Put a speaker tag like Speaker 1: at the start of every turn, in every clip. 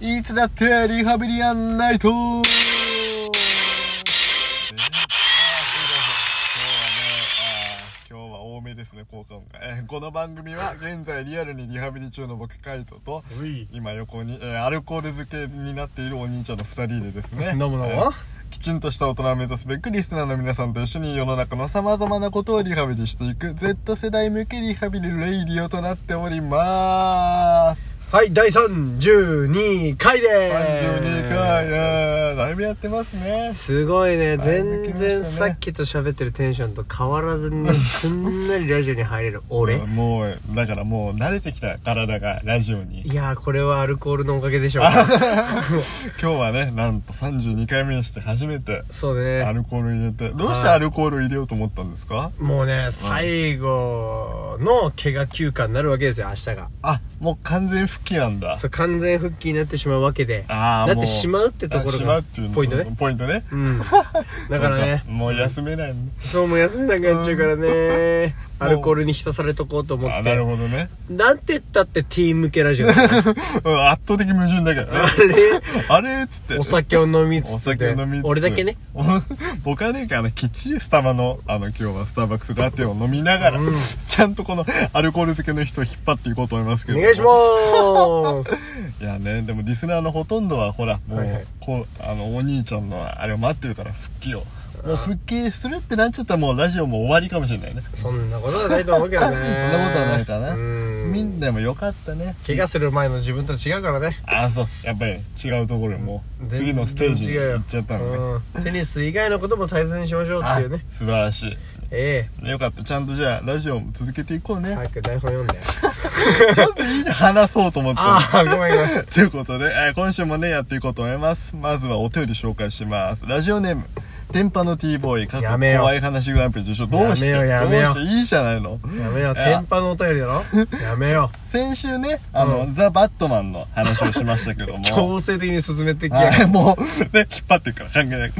Speaker 1: いつだってリハビリやんないと今日は多めですね効果音が、えーこの番組は現在リアルにリハビリ中の僕カイトと
Speaker 2: おい
Speaker 1: 今横に、えーアルコール漬けになっているお兄ちゃんの2人でです ね
Speaker 2: 飲む飲む
Speaker 1: えーきちんとした大人を目指すべくリスナーの皆さんと一緒に世の中の様々なことをリハビリしていく Z 世代向けリハビリレイディオとなっております
Speaker 2: はい第32回で
Speaker 1: 32回、えー、だいぶやってますね
Speaker 2: すすごいね
Speaker 1: はい抜け
Speaker 2: 全
Speaker 1: ました
Speaker 2: 然
Speaker 1: ね
Speaker 2: さっきと喋ってるテンションと変わらずにすんなりラジオに入れる俺
Speaker 1: もうだからもう慣れてきた体がラジオに
Speaker 2: いやーこれはアルコールのおかげでしょうか
Speaker 1: 今日はねなんと32回目にして初めて
Speaker 2: そう
Speaker 1: ア
Speaker 2: ね
Speaker 1: ルコール入れてどうして
Speaker 2: はい
Speaker 1: アルコール入れようと思ったんですか
Speaker 2: もうね最後の怪我休暇になるわけですよ明日が
Speaker 1: あもう完全復帰なんだ
Speaker 2: そう完全復帰になってしまうわけで
Speaker 1: ああ
Speaker 2: なってしまうって
Speaker 1: う
Speaker 2: ところ
Speaker 1: しまう
Speaker 2: が
Speaker 1: っていうの
Speaker 2: ポイントね
Speaker 1: ポイントね
Speaker 2: うん だからね
Speaker 1: そうもう休めないね
Speaker 2: そうもう休みなくなっちゃうからね、アルコールに浸されとこうと思
Speaker 1: あ
Speaker 2: っ
Speaker 1: な
Speaker 2: て
Speaker 1: るほどね
Speaker 2: なんて言ったってティーン向けラジオ だからね
Speaker 1: うん圧倒的矛盾だけど ね
Speaker 2: あれ
Speaker 1: あれっつって
Speaker 2: お酒を飲みつ
Speaker 1: お
Speaker 2: つ
Speaker 1: 酒
Speaker 2: で
Speaker 1: を飲みつつ
Speaker 2: 俺だけね
Speaker 1: 僕はねあのきっちりスタバのあの今日はスターバックスラテを飲みながら、ちゃんとこのアルコール漬けの人を引っ張っていこうと思いますけ
Speaker 2: お
Speaker 1: ど
Speaker 2: 願いします
Speaker 1: すいやねでもリスナーのほとんどはほらもう、
Speaker 2: はいはい
Speaker 1: こうあのお兄ちゃんのあれを待ってるから復帰をもう復帰するってなっちゃったらもうラジオも終わりかもしれないね
Speaker 2: そんなことはないと思うけどね
Speaker 1: そんなことはないかな
Speaker 2: うん
Speaker 1: みんなもよかったね
Speaker 2: 怪我する前の自分と違うからね
Speaker 1: ああそうやっぱり違うところにもう次のステージに
Speaker 2: 全然違うよ
Speaker 1: 行っちゃったのね、
Speaker 2: うんテニス以外のことも大切にしましょうって
Speaker 1: あ
Speaker 2: いうね
Speaker 1: 素晴らし
Speaker 2: え
Speaker 1: いよかったちゃんとじゃあラジオも続けていこうね、
Speaker 2: え早く台本読んで
Speaker 1: ちょっといいね話そうと思った
Speaker 2: ああごめんごめん
Speaker 1: ということで、えー今週もね、やっていこうと思います。まずはお便り紹介します。ラジオネーム、天パの T ボーイ、過去
Speaker 2: やめよう
Speaker 1: 怖い話グランプリ受賞。どうして
Speaker 2: やめようや
Speaker 1: どう
Speaker 2: めよう
Speaker 1: していいじゃないの
Speaker 2: やめよう
Speaker 1: いや
Speaker 2: 天パのお便りだろやめよう
Speaker 1: 先週ね、あの、ザ・バットマンの話をしましたけど も。
Speaker 2: 強制的に進めてきやがっ
Speaker 1: は
Speaker 2: て
Speaker 1: い、もう、ね、引っ張ってるから関係ない。
Speaker 2: はい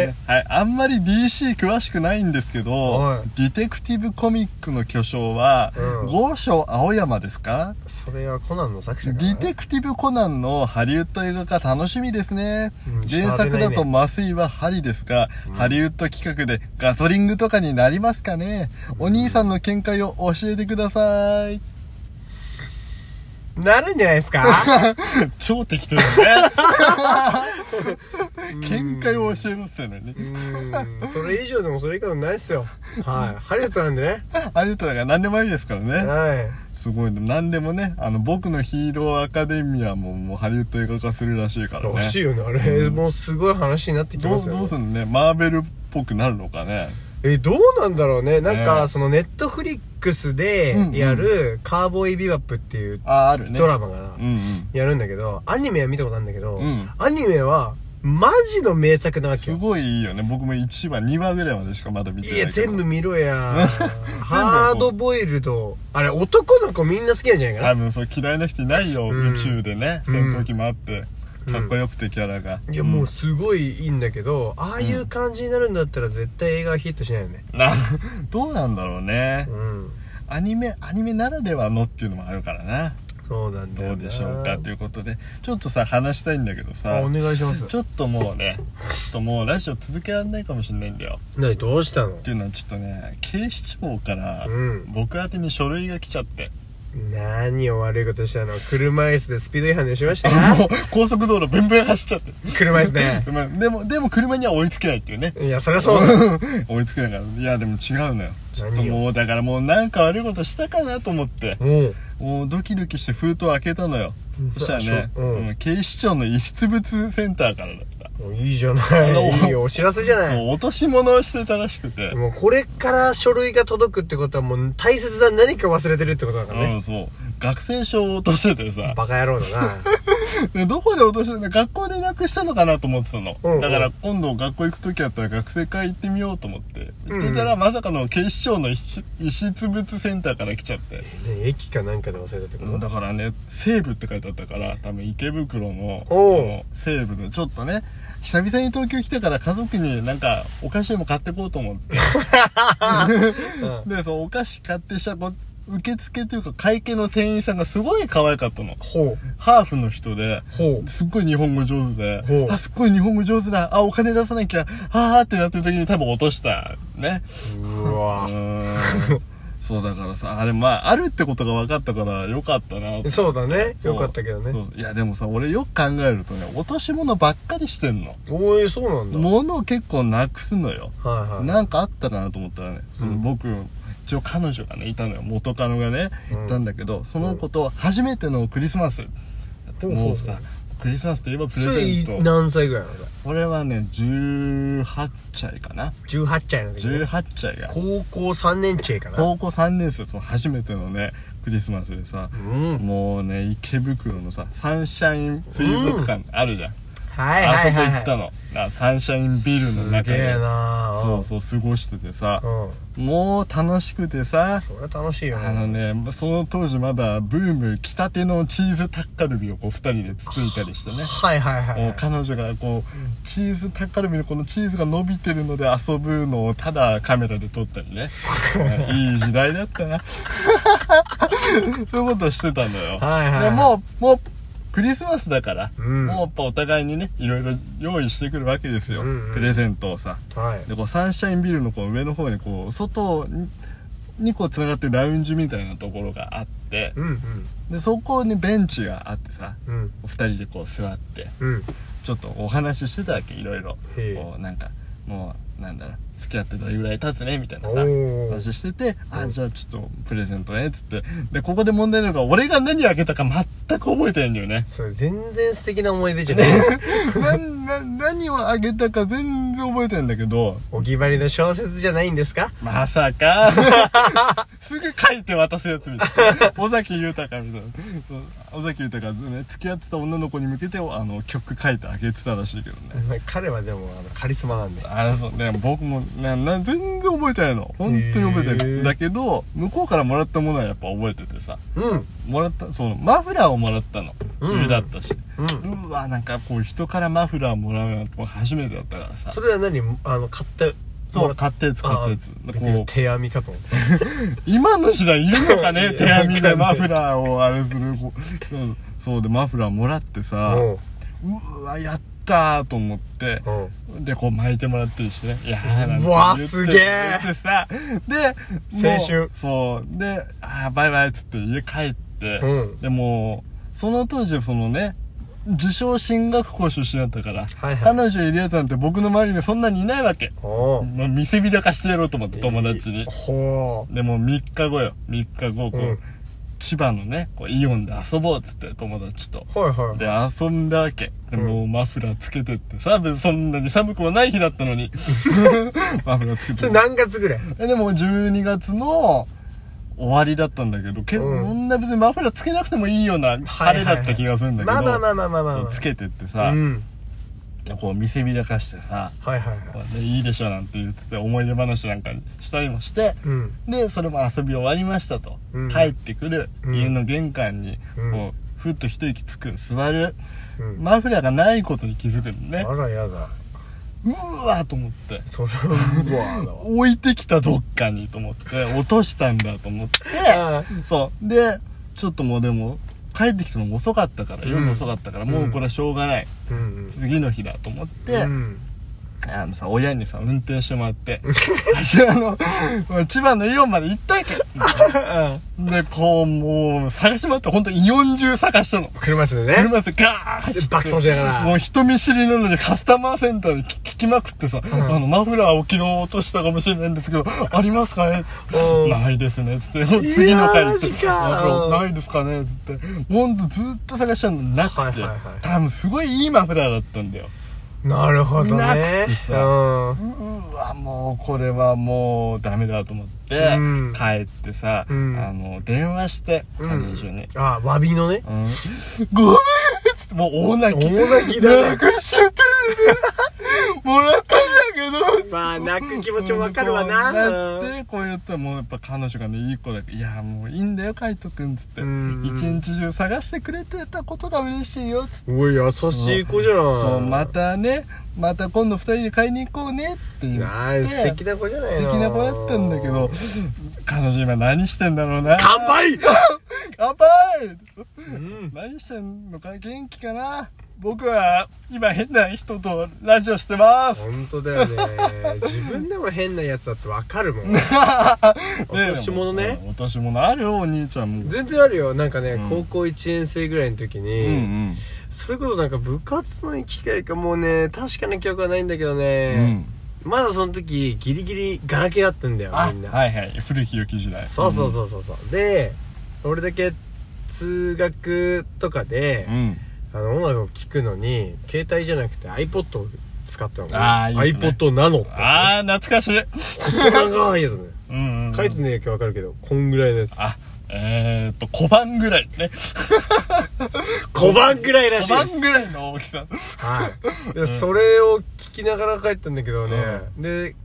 Speaker 1: えーはい。あんまり DC 詳しくないんですけ
Speaker 2: は
Speaker 1: ど、ディテクティブコミックの巨匠は
Speaker 2: う、ん
Speaker 1: 豪商青山ですか
Speaker 2: それはコナンの作者
Speaker 1: デ
Speaker 2: から
Speaker 1: ィテクティブコナンのハリウッド映画化楽しみですね、
Speaker 2: うん
Speaker 1: 原作だと
Speaker 2: 調べないね
Speaker 1: 麻酔は針ですが、ハリウッド企画でガトリングとかになりますかねお兄さんの見解を教えてください
Speaker 2: なるんじゃないですか
Speaker 1: 超適当 だね見解を教えるっすよね
Speaker 2: うーんそれ以上でもそれ以下でもないっすよはいハリウッドなんでね
Speaker 1: ハリウッドだから何でもありですからね
Speaker 2: は
Speaker 1: すごいね何でもねあの僕のヒーローアカデミアももうハリウッド映画化するらしいか
Speaker 2: い
Speaker 1: ら
Speaker 2: ら
Speaker 1: ね
Speaker 2: しいよねあれもうすごい話になってき
Speaker 1: ど
Speaker 2: ま
Speaker 1: う
Speaker 2: すよ
Speaker 1: どう
Speaker 2: ね
Speaker 1: するのねマーベルっぽくなるのかね
Speaker 2: えどうなんだろうねなん
Speaker 1: ね
Speaker 2: かそのネットフリックス
Speaker 1: うんうん
Speaker 2: でやる「カーボーイビバップ」っていう
Speaker 1: ああるね
Speaker 2: ドラマが
Speaker 1: うんうん
Speaker 2: やるんだけどアニメは見たことあるんだけど
Speaker 1: うん
Speaker 2: アニメはマジの名作なわけ
Speaker 1: す
Speaker 2: よ
Speaker 1: ごいいいよね僕も1話2話ぐらいまでしかまだ見てないい
Speaker 2: や
Speaker 1: けど
Speaker 2: 全部見ろ やハードボイルドあれ男の子みんな好きなんじゃないかな
Speaker 1: 多分そう嫌いな人いないよ、
Speaker 2: うん
Speaker 1: 宇宙でね
Speaker 2: うん
Speaker 1: 戦闘機もあって、
Speaker 2: うん
Speaker 1: かっこよくてキャラが
Speaker 2: いや
Speaker 1: ん
Speaker 2: もうすごいいいんだけど、ああいう感じになるんだったら絶対映画はヒットしないよね
Speaker 1: などうなんだろうね、
Speaker 2: うん
Speaker 1: アニメアニメならではのっていうのもあるからな
Speaker 2: そうなんだよ
Speaker 1: どう
Speaker 2: な
Speaker 1: でしょうかということでちょっとさ話したいんだけど
Speaker 2: あ
Speaker 1: さ
Speaker 2: お願いします
Speaker 1: ちょっともうねちょっともうラジオ続けられないかもしれないんだよ
Speaker 2: 何どうしたの
Speaker 1: っていうのはちょっとね警視庁から
Speaker 2: うん
Speaker 1: 僕宛てに書類が来ちゃって、
Speaker 2: 何を悪いことしたの車椅子でスピード違反でしました
Speaker 1: もう高速道路ブンブン走っちゃって
Speaker 2: 車椅子ね
Speaker 1: まあでも、でも車には追いつけないっていうね。
Speaker 2: いやそりゃそうだ
Speaker 1: 追いつけないから。いや、でも違うのよ。ちょっと
Speaker 2: 何よ
Speaker 1: もう、だからもうなんか悪いことしたかなと思って、
Speaker 2: もう
Speaker 1: もうドキドキして封筒開けたのよ
Speaker 2: うん。
Speaker 1: そしたらね、
Speaker 2: うん
Speaker 1: うん警視庁の遺失物センターからだった。
Speaker 2: もういいじゃな
Speaker 1: あの
Speaker 2: いいいお知らせじゃな
Speaker 1: そ、
Speaker 2: いう
Speaker 1: 落とし物をしてたらしくて。
Speaker 2: もうこれから書類が届くってことはもう大切な何か忘れてるってことだから
Speaker 1: う
Speaker 2: ね、
Speaker 1: ん、そう。学生証を落としててさ、
Speaker 2: バカ野郎だな
Speaker 1: でどこで落としてるの学校でなくしたのかなと思ってたの。
Speaker 2: うんうん
Speaker 1: だから今度学校行く時あったら学生会行ってみようと思って。
Speaker 2: うん
Speaker 1: 行ってたらまさかの警視庁の遺失遺失物センターから来ちゃって。
Speaker 2: ね駅かなんかで忘れたってこと、
Speaker 1: だからね西武って書いてあったから多分池袋のあ
Speaker 2: おう
Speaker 1: の西武のちょっとね久々に東京来てから家族になんかお菓子でも買ってこうと思ってでそうお菓子買ってしたこ受付というか会計の店員さんがすごい可愛かったの。
Speaker 2: ほ
Speaker 1: ハーフの人で、
Speaker 2: う。ほ
Speaker 1: すっごい日本語上手
Speaker 2: ほ
Speaker 1: で、
Speaker 2: う
Speaker 1: あ、すっごい日本語上手だ。あ、お金出さなきゃ。はーってなってる時に多分落とした。 ね。
Speaker 2: う。う
Speaker 1: う
Speaker 2: わ
Speaker 1: ーん。そうだからさ、あれまあ、あるってことが分かったからよかったな。
Speaker 2: そうだね。
Speaker 1: そう
Speaker 2: よかったけどね。
Speaker 1: そういやでもさ、俺よく考えるとね、落とし物ばっかりしてんの。
Speaker 2: おい、そうなんだ。
Speaker 1: 物を結構なくすのよ。
Speaker 2: はいはい。
Speaker 1: なんかあったかなと思ったらね、その僕、一応彼女がね、いたのよ。元カノがね、
Speaker 2: うん
Speaker 1: いたんだけど、その子と初めてのクリスマス。
Speaker 2: ほうほう
Speaker 1: もうさ、クリスマスといえばプ
Speaker 2: そ
Speaker 1: レ
Speaker 2: れ
Speaker 1: ゼ
Speaker 2: い
Speaker 1: ント。
Speaker 2: 何歳ぐらいなのだ
Speaker 1: 俺はね、18歳かな。
Speaker 2: ?18 歳の時。
Speaker 1: 18歳が。
Speaker 2: 高校3年生かな。
Speaker 1: 高校3年生、その初めてのね、クリスマスでさ、
Speaker 2: うん。
Speaker 1: もうね、池袋のさ、サンシャイン水族館あるじゃん。
Speaker 2: はい
Speaker 1: あ
Speaker 2: は
Speaker 1: そ
Speaker 2: い
Speaker 1: こ
Speaker 2: はい、
Speaker 1: 行
Speaker 2: は
Speaker 1: っ
Speaker 2: い。
Speaker 1: たの。なサンシャインビルの中
Speaker 2: すげえ
Speaker 1: で。
Speaker 2: なあ
Speaker 1: そうそう、過ごしててさ、
Speaker 2: うん。
Speaker 1: もう楽しくてさ、
Speaker 2: それは楽しいよ
Speaker 1: あの
Speaker 2: ね。
Speaker 1: ね、その当時まだブーム来たてのチーズタッカルビをこう二人でつついたりしてね。
Speaker 2: はいはいはい
Speaker 1: も
Speaker 2: は
Speaker 1: う
Speaker 2: い。
Speaker 1: 彼女がこう、チーズタッカルビのこのチーズが伸びてるので遊ぶのをただカメラで撮ったり ね。いい時代だったな。 そういうことしてたのよ。
Speaker 2: はいはいはい
Speaker 1: でもう、もう、クリスマスだから、
Speaker 2: うん
Speaker 1: もうやっぱお互いにね、いろいろ用意してくるわけですよ。
Speaker 2: うんうん
Speaker 1: プレゼントをさ。
Speaker 2: はい。
Speaker 1: でこうサンシャインビルのこう上の方にこう外ににこうつながってるラウンジみたいなところがあって
Speaker 2: うん
Speaker 1: でそこにベンチがあってさ
Speaker 2: うん。うん。
Speaker 1: お二人でこう座って
Speaker 2: うん。
Speaker 1: ちょっとお話ししてたわけいろいろ
Speaker 2: へえ
Speaker 1: こうなんかもうなんだろう付き合ってどれぐらい経つねみたいな
Speaker 2: お
Speaker 1: さ
Speaker 2: ー
Speaker 1: 話しててあじゃあちょっとプレゼントねっつってでここで問題なのが俺が何あげたか全く覚えてないんだよね
Speaker 2: それ全然素敵な思い出 じゃない。
Speaker 1: なな何をあげたか全然覚えてないんだけど
Speaker 2: おぎばりの小説じゃないんで すか
Speaker 1: まさ か、すぐ書いて渡すやつみたいな。尾崎豊みたいな。そう尾崎豊がずね、付き合ってた女の子に向けて、あの、曲書いてあげてたらしいけどね。
Speaker 2: 彼はでもあのカリスマなんで。
Speaker 1: あれそうね、僕もね、な全然覚えてないの。本当に覚えてな
Speaker 2: へ
Speaker 1: い。
Speaker 2: ー
Speaker 1: だけど、向こうからもらったものはやっぱ覚えててさ。
Speaker 2: うん。うん。
Speaker 1: もらった、その、マフラーをもらったの。
Speaker 2: うん
Speaker 1: 冬だったし。うわ、なんかこう、人からマフラーもらうなんて初めてだったからさ
Speaker 2: そ。れは何あの、買った、
Speaker 1: そう、
Speaker 2: っ
Speaker 1: 買ったやつ買ったやつ。こう、
Speaker 2: 手編みかと思った。
Speaker 1: 今の時代いるのか
Speaker 2: い
Speaker 1: ね
Speaker 2: や
Speaker 1: 手編みでマフラーをあれする子そうそうでマフラーもらってさ
Speaker 2: うん。
Speaker 1: うわやったーと思って
Speaker 2: うん。
Speaker 1: でこう巻いてもらってるしねいやーなんて
Speaker 2: うわ
Speaker 1: 言って
Speaker 2: すげー
Speaker 1: 言ってさでもう
Speaker 2: 青春
Speaker 1: そうであーバイバイっつって家帰って、
Speaker 2: うん
Speaker 1: でもうその当時そのね自称進学校出身だったから、
Speaker 2: はいはい
Speaker 1: 彼女いるやつなんて僕の周りにはそんなにいないわけ、
Speaker 2: おー
Speaker 1: まあ見せびらかしてやろうと思って友達に、
Speaker 2: ほ
Speaker 1: でも3日後よ3日後こう、
Speaker 2: うん
Speaker 1: 千葉のねこうイオンで遊ぼうっつって友達と
Speaker 2: う。はいはい。
Speaker 1: で遊んだわけでもうマフラーつけてってさそんなに寒くもない日だったの にマフラーつけ
Speaker 2: そ
Speaker 1: て
Speaker 2: れ
Speaker 1: って
Speaker 2: 何月ぐらい
Speaker 1: えでも12月の終わりだったんだけどけ、
Speaker 2: うん
Speaker 1: そんな別にマフラーつけなくてもいいような晴れだった気がするんだけど、
Speaker 2: まあまあまあまあまあまあ
Speaker 1: そう
Speaker 2: まあ。
Speaker 1: つけてってさ、
Speaker 2: うん。
Speaker 1: こう見せびらかしてさ
Speaker 2: はいはいはい。
Speaker 1: こうねいいでしょなんて言ってて思い出話なんかしたりもして、
Speaker 2: うん。
Speaker 1: でそれも遊び終わりましたと、
Speaker 2: うん
Speaker 1: 帰ってくる、
Speaker 2: うん
Speaker 1: 家の玄関に、
Speaker 2: うん
Speaker 1: こうふっと一息つく座る、
Speaker 2: うん
Speaker 1: マフラーがないことに気づくのね
Speaker 2: あらやだ。
Speaker 1: うーわーと思って
Speaker 2: それはうわーだわ。
Speaker 1: 置いてきたどっかにと思って落としたんだと思って
Speaker 2: う
Speaker 1: そうでちょっともうでも帰ってきたのも遅かったから夜遅かったから、
Speaker 2: うん
Speaker 1: もうこれはしょうがない、
Speaker 2: うん。
Speaker 1: 次の日だと思って、
Speaker 2: うん。
Speaker 1: あのさ、親にさ、運転してもらって、私あの、千葉のイオンまで行ったわけ。で、こう、もう、探してもらって、ほんとイオン中探したの。
Speaker 2: 車椅子でね。
Speaker 1: 車でガーッ走って。
Speaker 2: 爆走しながら
Speaker 1: もう人見知りなのにカスタマーセンターに聞聞きまくってさ、あの、マフラーを昨日落としたかもしれないんですけど、ありますかねつって
Speaker 2: うん
Speaker 1: ないですね。つって、次の回行って、
Speaker 2: マジか
Speaker 1: マフラーないですかねつって、ほんとずっと探したのになくて、
Speaker 2: はいはいはい
Speaker 1: 多分すごいいいマフラーだったんだよ。
Speaker 2: なるほど
Speaker 1: なく
Speaker 2: ね
Speaker 1: て。さ
Speaker 2: うん。
Speaker 1: うわもうこれはもうダメだと思って、
Speaker 2: うん
Speaker 1: 帰ってさ、
Speaker 2: うん
Speaker 1: あの電話して
Speaker 2: う
Speaker 1: 彼
Speaker 2: ん
Speaker 1: 女に、
Speaker 2: あ、詫びのね。
Speaker 1: うんごめん!」っつってもう大泣き
Speaker 2: 大泣きだね
Speaker 1: なくしちゃってもらったんだけど」
Speaker 2: まあ泣く気持ちもわかるわな
Speaker 1: こうなってこう言ったらもうやっぱ彼女がねいい子だから「いやもういいんだよ海斗くん」っつって「一
Speaker 2: うん
Speaker 1: 日中探してくれてたことが嬉しいよ」っつって
Speaker 2: おい優しい子じゃない
Speaker 1: そうまたねまた今度二人で買いに行こうね」って言
Speaker 2: あ
Speaker 1: っ
Speaker 2: ー
Speaker 1: て
Speaker 2: 素敵な子じゃない
Speaker 1: 素敵な子だったんだけど彼女今何してんだろうな
Speaker 2: 乾杯
Speaker 1: 乾杯
Speaker 2: うん
Speaker 1: 何してんのか元気かな僕は今変な人とラジオしてます
Speaker 2: 本当だよ ね自分でも変なやつだってわかるもん 落とし物ね
Speaker 1: え落とし物あるよお兄ちゃんも
Speaker 2: 全然あるよなんかね、
Speaker 1: ん
Speaker 2: 高校1年生ぐらいの時に、
Speaker 1: うんうん
Speaker 2: それこそなんか部活の機会かもうね確かな記憶はないんだけどね、まだその時ギリギリガラケーだったんだよ
Speaker 1: あ
Speaker 2: みんな、
Speaker 1: はいはい古き良き時代
Speaker 2: そうそうそうそうそうで俺だけ通学とかで
Speaker 1: う、ん
Speaker 2: あの音楽を聴くのに携帯じゃなくて iPod を使ったのね
Speaker 1: あーいいっすね
Speaker 2: iPod ナノってや
Speaker 1: ああ懐かしい
Speaker 2: つ細長いやつね
Speaker 1: うんうん
Speaker 2: 書いてねえかわかるけどこんぐらいのやつ
Speaker 1: あえーっと小判ぐらいね
Speaker 2: 小判ぐらいらし
Speaker 1: 小
Speaker 2: いで
Speaker 1: 判
Speaker 2: す
Speaker 1: ぐらいの大きさ
Speaker 2: はい、でそれを聞きながら帰ったんだけどね、で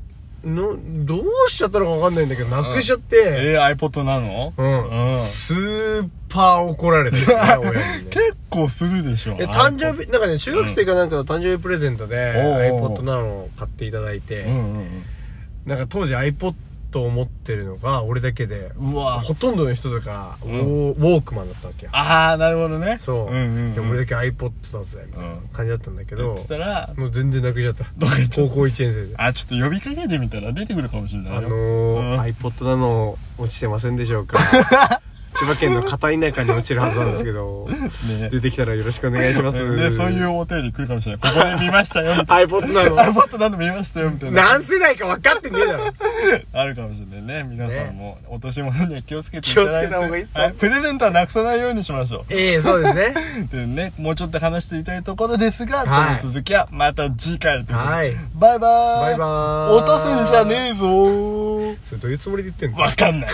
Speaker 2: のどうしちゃったのかわかんないんだけどなくしちゃって、
Speaker 1: えー iPod なの
Speaker 2: うん
Speaker 1: うん
Speaker 2: スーパー怒られて るね親にね
Speaker 1: 結構するでしょ
Speaker 2: え誕生日なんかね中学生かなんかの誕生日プレゼントで、
Speaker 1: おうおう
Speaker 2: iPod なのを買っていただいて、
Speaker 1: うんうん
Speaker 2: なんか当時 iPod を持ってるのが俺だけで
Speaker 1: うんうわ
Speaker 2: ほとんどの人とか、
Speaker 1: ん
Speaker 2: ウォーウォークマンだったわけよ
Speaker 1: ああなるほどね
Speaker 2: そ
Speaker 1: うん
Speaker 2: う,、
Speaker 1: うん
Speaker 2: で俺だけ iPod だぜみたいな感じだったんだけど、
Speaker 1: 言ってたら
Speaker 2: もう全然なくしちゃった
Speaker 1: どっか行っちゃ
Speaker 2: 高
Speaker 1: っ
Speaker 2: 校1年生で
Speaker 1: たあちょっと呼びかけてみたら出てくるかもしれないよ
Speaker 2: あのー iPod なの落ちてませんで しょうか千葉県の片田舎に落ちるはずなんですけど
Speaker 1: ね
Speaker 2: 出てきたらよろしくお願いします
Speaker 1: でそういうお便り来るかもしれないここで見ましたよみたい
Speaker 2: iPod な
Speaker 1: な
Speaker 2: の
Speaker 1: iPod なの見ましたよみたいな
Speaker 2: 何世代か分かってねえだろ
Speaker 1: あるかもしれないね皆さんも落とし物には気をつけてい
Speaker 2: 気をつけた方がいいっすよ
Speaker 1: はプレゼントはなくさないようにしましょう
Speaker 2: ええそうですね
Speaker 1: でねもうちょっと話していたいところですが、
Speaker 2: はい
Speaker 1: この続きはまた次回ということで
Speaker 2: はい
Speaker 1: バイバ
Speaker 2: バ
Speaker 1: ー
Speaker 2: イ
Speaker 1: イ
Speaker 2: バーイ
Speaker 1: 落とすんじゃねえぞー
Speaker 2: それどういうつもりで言ってんの
Speaker 1: わかんない